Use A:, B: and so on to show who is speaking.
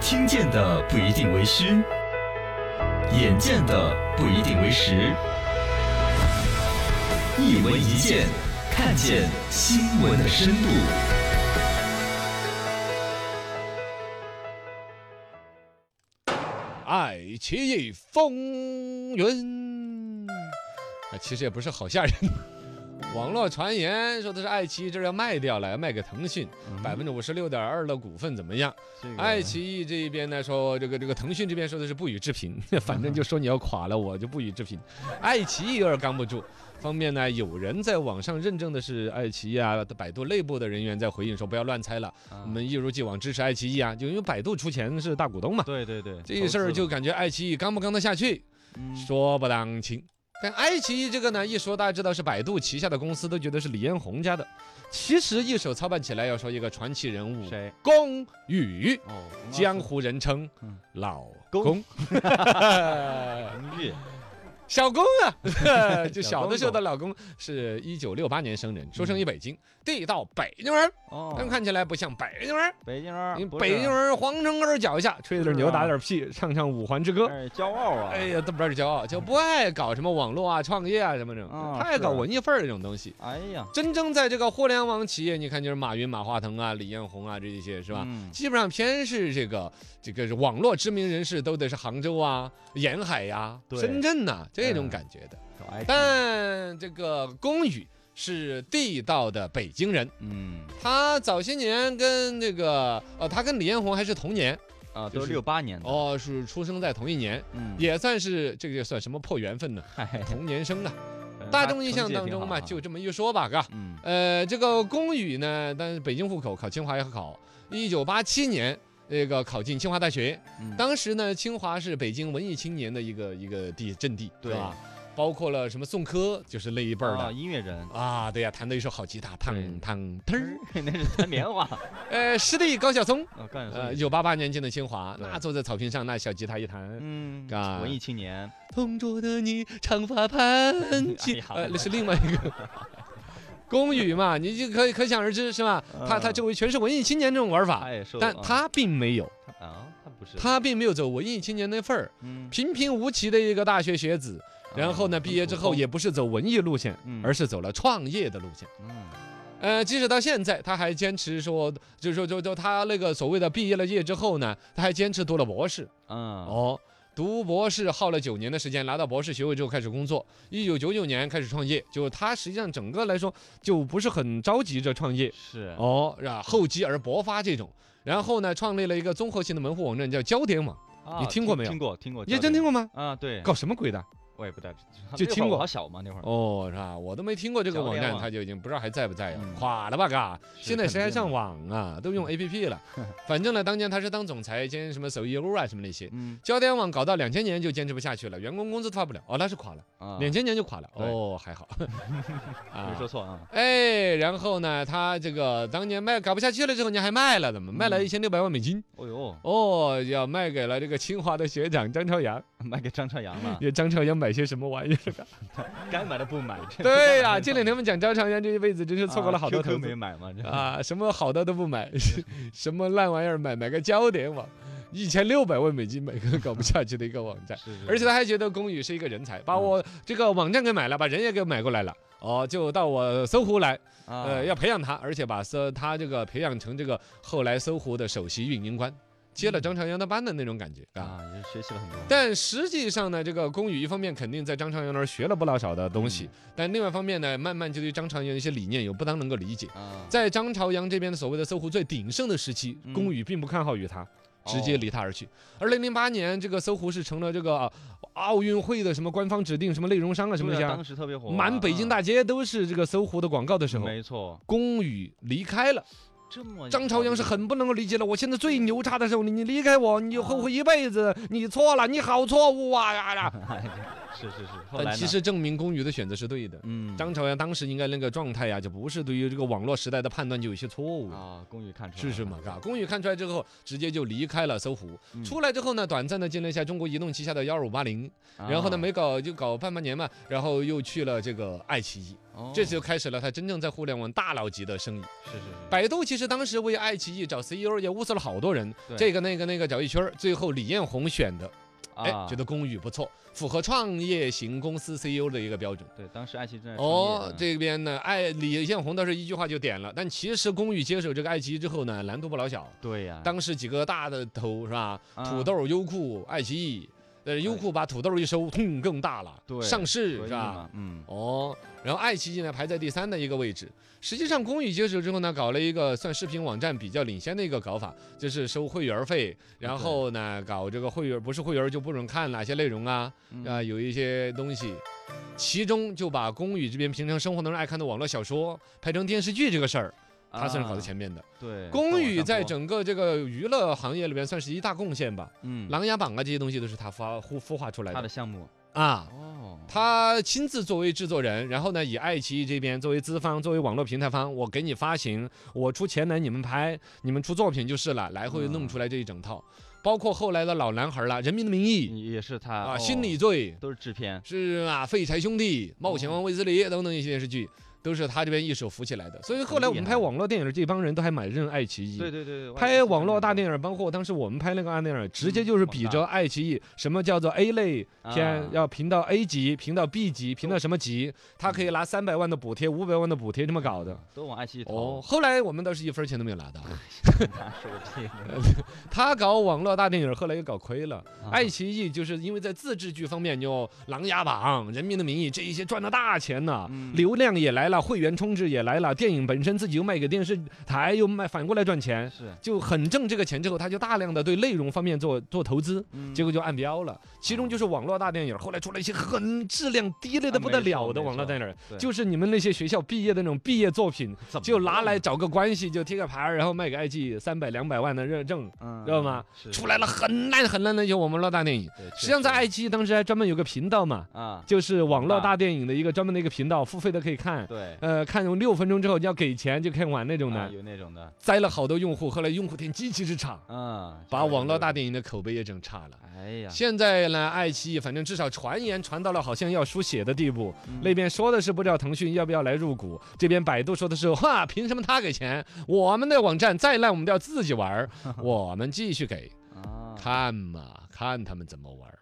A: 听见的不一定为虚，眼见的不一定为实。一文一见，看见新闻的深度。
B: 爱奇艺风云，啊，其实也不是好吓人。网络传言说的是爱奇艺这儿要卖掉了，要卖给腾讯，百分之五十六点二的股份怎么样？爱奇艺这边呢说这个这个腾讯这边说的是不予置评， 反正就说你要垮了，我就不予置评。爱奇艺有点刚不住。方面呢，有人在网上认证的是爱奇艺啊，百度内部的人员在回应说不要乱猜了，
C: 啊
B: 我们一如既往支持爱奇艺啊，就因为百度出钱是大股东嘛。
C: 对对对，
B: 这事儿就感觉爱奇艺刚不刚得下去，
C: 嗯
B: 说不当清。但爱奇艺这个呢，一说大家知道是百度旗下的公司，都觉得是李彦宏家的。其实一手操办起来，要说一个传奇人物
C: 谁？
B: 龚宇，
C: 哦，
B: 江湖人称
C: 嗯
B: 老
C: 龚
B: 公，
C: 红玉，
B: 小公啊， 就
C: 小
B: 小的时候
C: 公公
B: 的老公是一九六八年生人，出生于北京，地道北京人，
C: 嗯哦，
B: 但看起来不像北京人。
C: 北京人，
B: 因为
C: 不是
B: 北京人皇城根儿脚下，吹着
C: 是
B: 牛
C: 啊
B: 打点屁，唱唱五环之歌。
C: 哎，骄傲啊，
B: 哎呀，都不知道是骄傲，就不爱搞什么网络啊、创业啊什么这种，
C: 啊
B: 他爱搞
C: 是
B: 文艺范儿这种东西。
C: 哎呀，
B: 真正在这个互联网企业，你看就是马云、马化腾啊、李彦宏啊这一些是
C: 是
B: 吧？？基本上偏是这个这个是网络知名人士都得是杭州啊、沿海呀、
C: 对
B: 深圳呐、这种
C: 嗯
B: 感觉的。
C: 搞 IT
B: 但这个龚宇是地道的北京人，
C: 嗯
B: 他早些年跟这个呃，他跟李彦宏还是同年
C: 啊，
B: 就
C: 都是
B: 是
C: 六八年的，
B: 哦，是出生在同一年，
C: 嗯，
B: 也算是这个也算什么破缘分 呢？
C: 嗨
B: 同年生啊，
C: 呃
B: 大
C: 他
B: 众印象
C: 成绩也
B: 当
C: 挺
B: 中
C: 好
B: 嘛，
C: 啊
B: 就这么一说吧，嘎。
C: 嗯
B: 呃，这个龚宇呢，但是北京户口，考清华也考。一九八七年，那个考进清华大学，
C: 嗯
B: 当时呢，清华是北京文艺青年的一个一个地阵地，
C: 对
B: 是吧？包括了什么宋柯，就是那一辈儿
C: 啊
B: 的。
C: 音乐人，
B: 啊，对呀、弹的一手好吉他，
C: 对
B: 烫烫嘚儿。
C: 那是弹棉花，
B: 呃，师弟高晓松，
C: 啊，干
B: 呃，
C: 什
B: 一
C: 么？
B: 九八八年进的清华，
C: 对
B: 那坐在草坪上，那小吉他一弹，
C: 嗯
B: 啊
C: 文艺青年，
B: 同桌的你长发盘起
C: 哎呀，
B: 呃，那是另外一 个。龚宇嘛，你就可以可想而知是吧？他他
C: 嗯
B: 周围全是文艺青年这种玩法
C: 他，也受，
B: 但
C: 啊
B: 他并没有，
C: 啊，他不是，
B: 他并没有走文艺青年那份儿，
C: 嗯，
B: 平平无奇的一个大学学子。然后呢，
C: 嗯
B: 毕业之后，也不是走文艺路线
C: 嗯，
B: 而是走了创业的路线。
C: 很普通
B: 呃，即使到现在，他还坚持说，就是说，就就他那个所谓的毕业了业之后呢，他还坚持读了博士。
C: 嗯嗯，
B: 哦，读博士耗了九年的时间，拿到博士学位之后开始工作，一九九九年开始创业，就他实际上整个来说就不是很着急着创业
C: 是，
B: 哦，啊，厚积而薄发这种。然后呢，创立了一个综合性的门户网站，叫焦点网，
C: 啊
B: 你听过没有
C: 听过，听过，
B: 你真听过
C: 过
B: 吗？
C: 啊？对，
B: 搞什么鬼的？
C: 我也不太知道，
B: 就
C: 那会儿
B: 听过
C: 我好小嘛那会儿，
B: 哦，是吧？我都没听过这个
C: 焦点
B: 网站，
C: 网
B: 它就已经不知道还在不在呀啊
C: 嗯，
B: 垮了吧？嘎，
C: 是
B: 现在谁还
C: 肯定
B: 上
C: 的
B: 网啊？都用 APP 了。反正呢，当年他是当总裁兼什么手艺欧啊什么那些，
C: 嗯
B: 焦点网搞到两千年就坚持不下去了，员工工资都发不了，哦，那是垮了。
C: 啊，
B: 两千年就垮了。
C: 对
B: 哦，还 好。
C: 没
B: 啊
C: 说，错啊，
B: 哎，然后呢，他这个当年卖搞不下去了之后，你还卖了，怎么卖了
C: 嗯
B: 一千六百万美金？
C: 哦呦，
B: 哦，要卖给了这个清华的学长张朝阳。
C: 卖给张朝阳了，
B: 也张朝阳买些什么玩意儿？
C: 该买的不买，这
B: 对 呀、这两天我们讲张朝阳这一辈子真是
C: 啊
B: 错过了好多
C: QQ
B: 投
C: 没
B: 资
C: 买嘛，这
B: 啊，什么好的都不买， 什么烂玩意儿买，买个焦点网，一千六百万美金买个搞不下去的一个网 站。
C: 是是
B: 而且他还觉得龚宇是一个人才，
C: 嗯
B: 把我这个网站给买了，把人也给买过来了。哦，就到我搜狐来，
C: 啊
B: 呃，要培养他，而且把搜他这个培养成这个后来搜狐的首席运营官，接
C: 嗯
B: 了张朝阳的班的那种感觉啊。
C: 啊，也是学习了很多，
B: 但实际上呢，这个龚宇一方面肯定在张朝阳那儿学了不老少的东
C: 嗯
B: 西，但另外一方面呢，慢慢就对张朝阳一些理念有不当能够理解。
C: 啊，
B: 在张朝阳这边的所谓的搜狐最鼎盛的时期，
C: 嗯哦
B: 龚宇并不看好于他， 直接离他而去。二零零八年，这个搜狐是成了这个啊奥运会的什么官方指定什么内容商啊什么
C: 对
B: 一
C: 啊
B: 下，
C: 当时特别火啊，
B: 满北京大街都是这个搜狐的广告的时
C: 嗯
B: 候，
C: 没错，
B: 龚宇离开了，
C: 这么
B: 张朝阳是很不能够理解的。我现在最牛啊叉的时候，你你离开我，你就后悔一辈子，你错了，你好错误啊呀呀！
C: 是是是。 后来
B: 但
C: 呢
B: 其，实证明龚瑜的选择是对的。
C: 嗯，
B: 张朝阳当时应该那个状态呀、就不是对于这个网络时代的判断就有些错误了。
C: 啊，公寓看出来
B: 是
C: 了
B: 是嘛？嘎，龚宇看出来之后，直接就离开了搜狐。
C: 嗯
B: 出来之后呢，短暂的进了一下中国移动旗下的幺二五八零，然后呢，
C: 啊
B: 没搞就搞半半年嘛，然后又去了这个爱奇艺，
C: 哦
B: 这次就开始了他真正在互联网大佬级的生意。
C: 是是是
B: 百度其实当时为爱奇艺找 CEO 也物色了好多人，
C: 对
B: 这个那个那个找一圈儿，最后李彦宏选的，哎，
C: 啊
B: 觉得龚宇不错，符合创业型公司 CEO 的一个标准。
C: 对，当时爱奇艺正在哎创业啊
B: 哦
C: 呢，
B: 这边呢，爱李彦宏倒是一句话就点了，但其实龚宇接手这个爱奇艺之后呢，难度不老小。
C: 对呀，
B: 当时几个大的头是吧？
C: 哎啊
B: 土豆、优酷、爱奇艺，呃，优酷把土豆一收，痛更大了，
C: 对
B: 上市
C: 所以
B: 是吧？
C: 嘛？嗯，
B: 哦，然后爱奇艺呢排在第三的一个位置。实际上，公益接手之后呢，搞了一个算视频网站比较领先的一个搞法，就是收会员费，然
C: 哦
B: 后呢搞这个会员，不是会员就不准看哪些内容啊，
C: 嗯
B: 啊有一些东西。其中就把公宇这边平常生活当中爱看的网络小说拍成电视剧这个事儿，他算是搞在。前面的。
C: 啊对，
B: 公宇在
C: 整，
B: 整个这个娱乐行业里面算是一大贡献吧，《
C: 嗯，
B: 琅琊榜》啊这些东西都是他发孵孵化出来
C: 他的
B: 的
C: 项目
B: 啊。
C: 哦，
B: 他亲自作为制作人，然后呢，以爱奇艺这边作为资方，作为网络平台方，我给你发行，我出钱来你们拍，你们出作品就是了，来回弄出来这一整套，
C: 嗯
B: 包括后来的老男孩啦，《人民的名义》
C: 也是他
B: 啊，
C: 哦
B: 《心理罪
C: 都是制片》，
B: 是啊，《废柴兄弟》《冒险王卫斯理》等等一些电视剧。
C: 嗯
B: 都是他这边一手扶起来的，所以后来我们
C: 很厉害
B: 拍网络电影，这帮人都还蛮认爱奇艺。
C: 对对对，
B: 拍网络大电
C: 影
B: 影，包括当时我们拍那个大电影，直接
C: 嗯
B: 就是
C: 广
B: 比
C: 大
B: 着爱奇艺什么叫做 A 类
C: 啊
B: 片，要评到 A 级，评到 B 级，评到什么级，它
C: 嗯
B: 可以拿三百万的补贴、五百万的补贴这么搞的。
C: 都往爱奇艺
B: 哦，
C: 投，
B: 后来我们倒是一分钱都没有拿到。
C: 哎他说个屁呢，
B: 他搞网络大电影，后来又搞亏了。
C: 啊
B: 爱奇艺就是因为在自制剧方面，就《琅琊榜》《人民的名义》这一些赚了大钱呢、
C: 嗯
B: 流量也来了，会员充值也来了，电影本身自己又卖给电视台，又卖反过来赚钱，
C: 是，
B: 就很挣这个钱之后，他就大量的对内容方面做做投资，
C: 嗯
B: 结果就暗标了。其中就是网络大电影，后来出了一些很质量低劣的
C: 啊
B: 不得
C: 没错
B: 了的
C: 没
B: 网络
C: 错
B: 电影，
C: 对
B: 就是你们那些学校毕业的那种毕业作品，
C: 怎么
B: 就拿
C: 弄
B: 来，找个关系就贴个牌儿，然后卖给爱奇艺三百两百万的认证，
C: 嗯
B: 知道吗？
C: 是
B: 出来了，很烂很烂的一些网络大电影。
C: 是对
B: 实际上在
C: 确
B: 爱奇艺当时还专门有个频道嘛，
C: 啊，
B: 就是网络
C: 啊
B: 大电影的一个专门的一个频道，付费的可以看。
C: 对，
B: 呃，看有六分钟之后你要给钱就可以玩那种
C: 啊
B: 的，
C: 有那种的，
B: 栽了好多用户，后来用户天极其之差，
C: 嗯，
B: 把网络大
C: 电，
B: 电影的口碑也整差了。
C: 哎呀，
B: 现在呢，爱奇艺反正至少传言传到了好像要输血的地步，
C: 嗯
B: 那边说的是不知道腾讯要不要来入股，这边百度说的是哈，凭什么他给钱？我们的网站再 烂，我们都要自己玩儿，我们继续给，
C: 啊，
B: 看嘛，看他们怎么玩儿。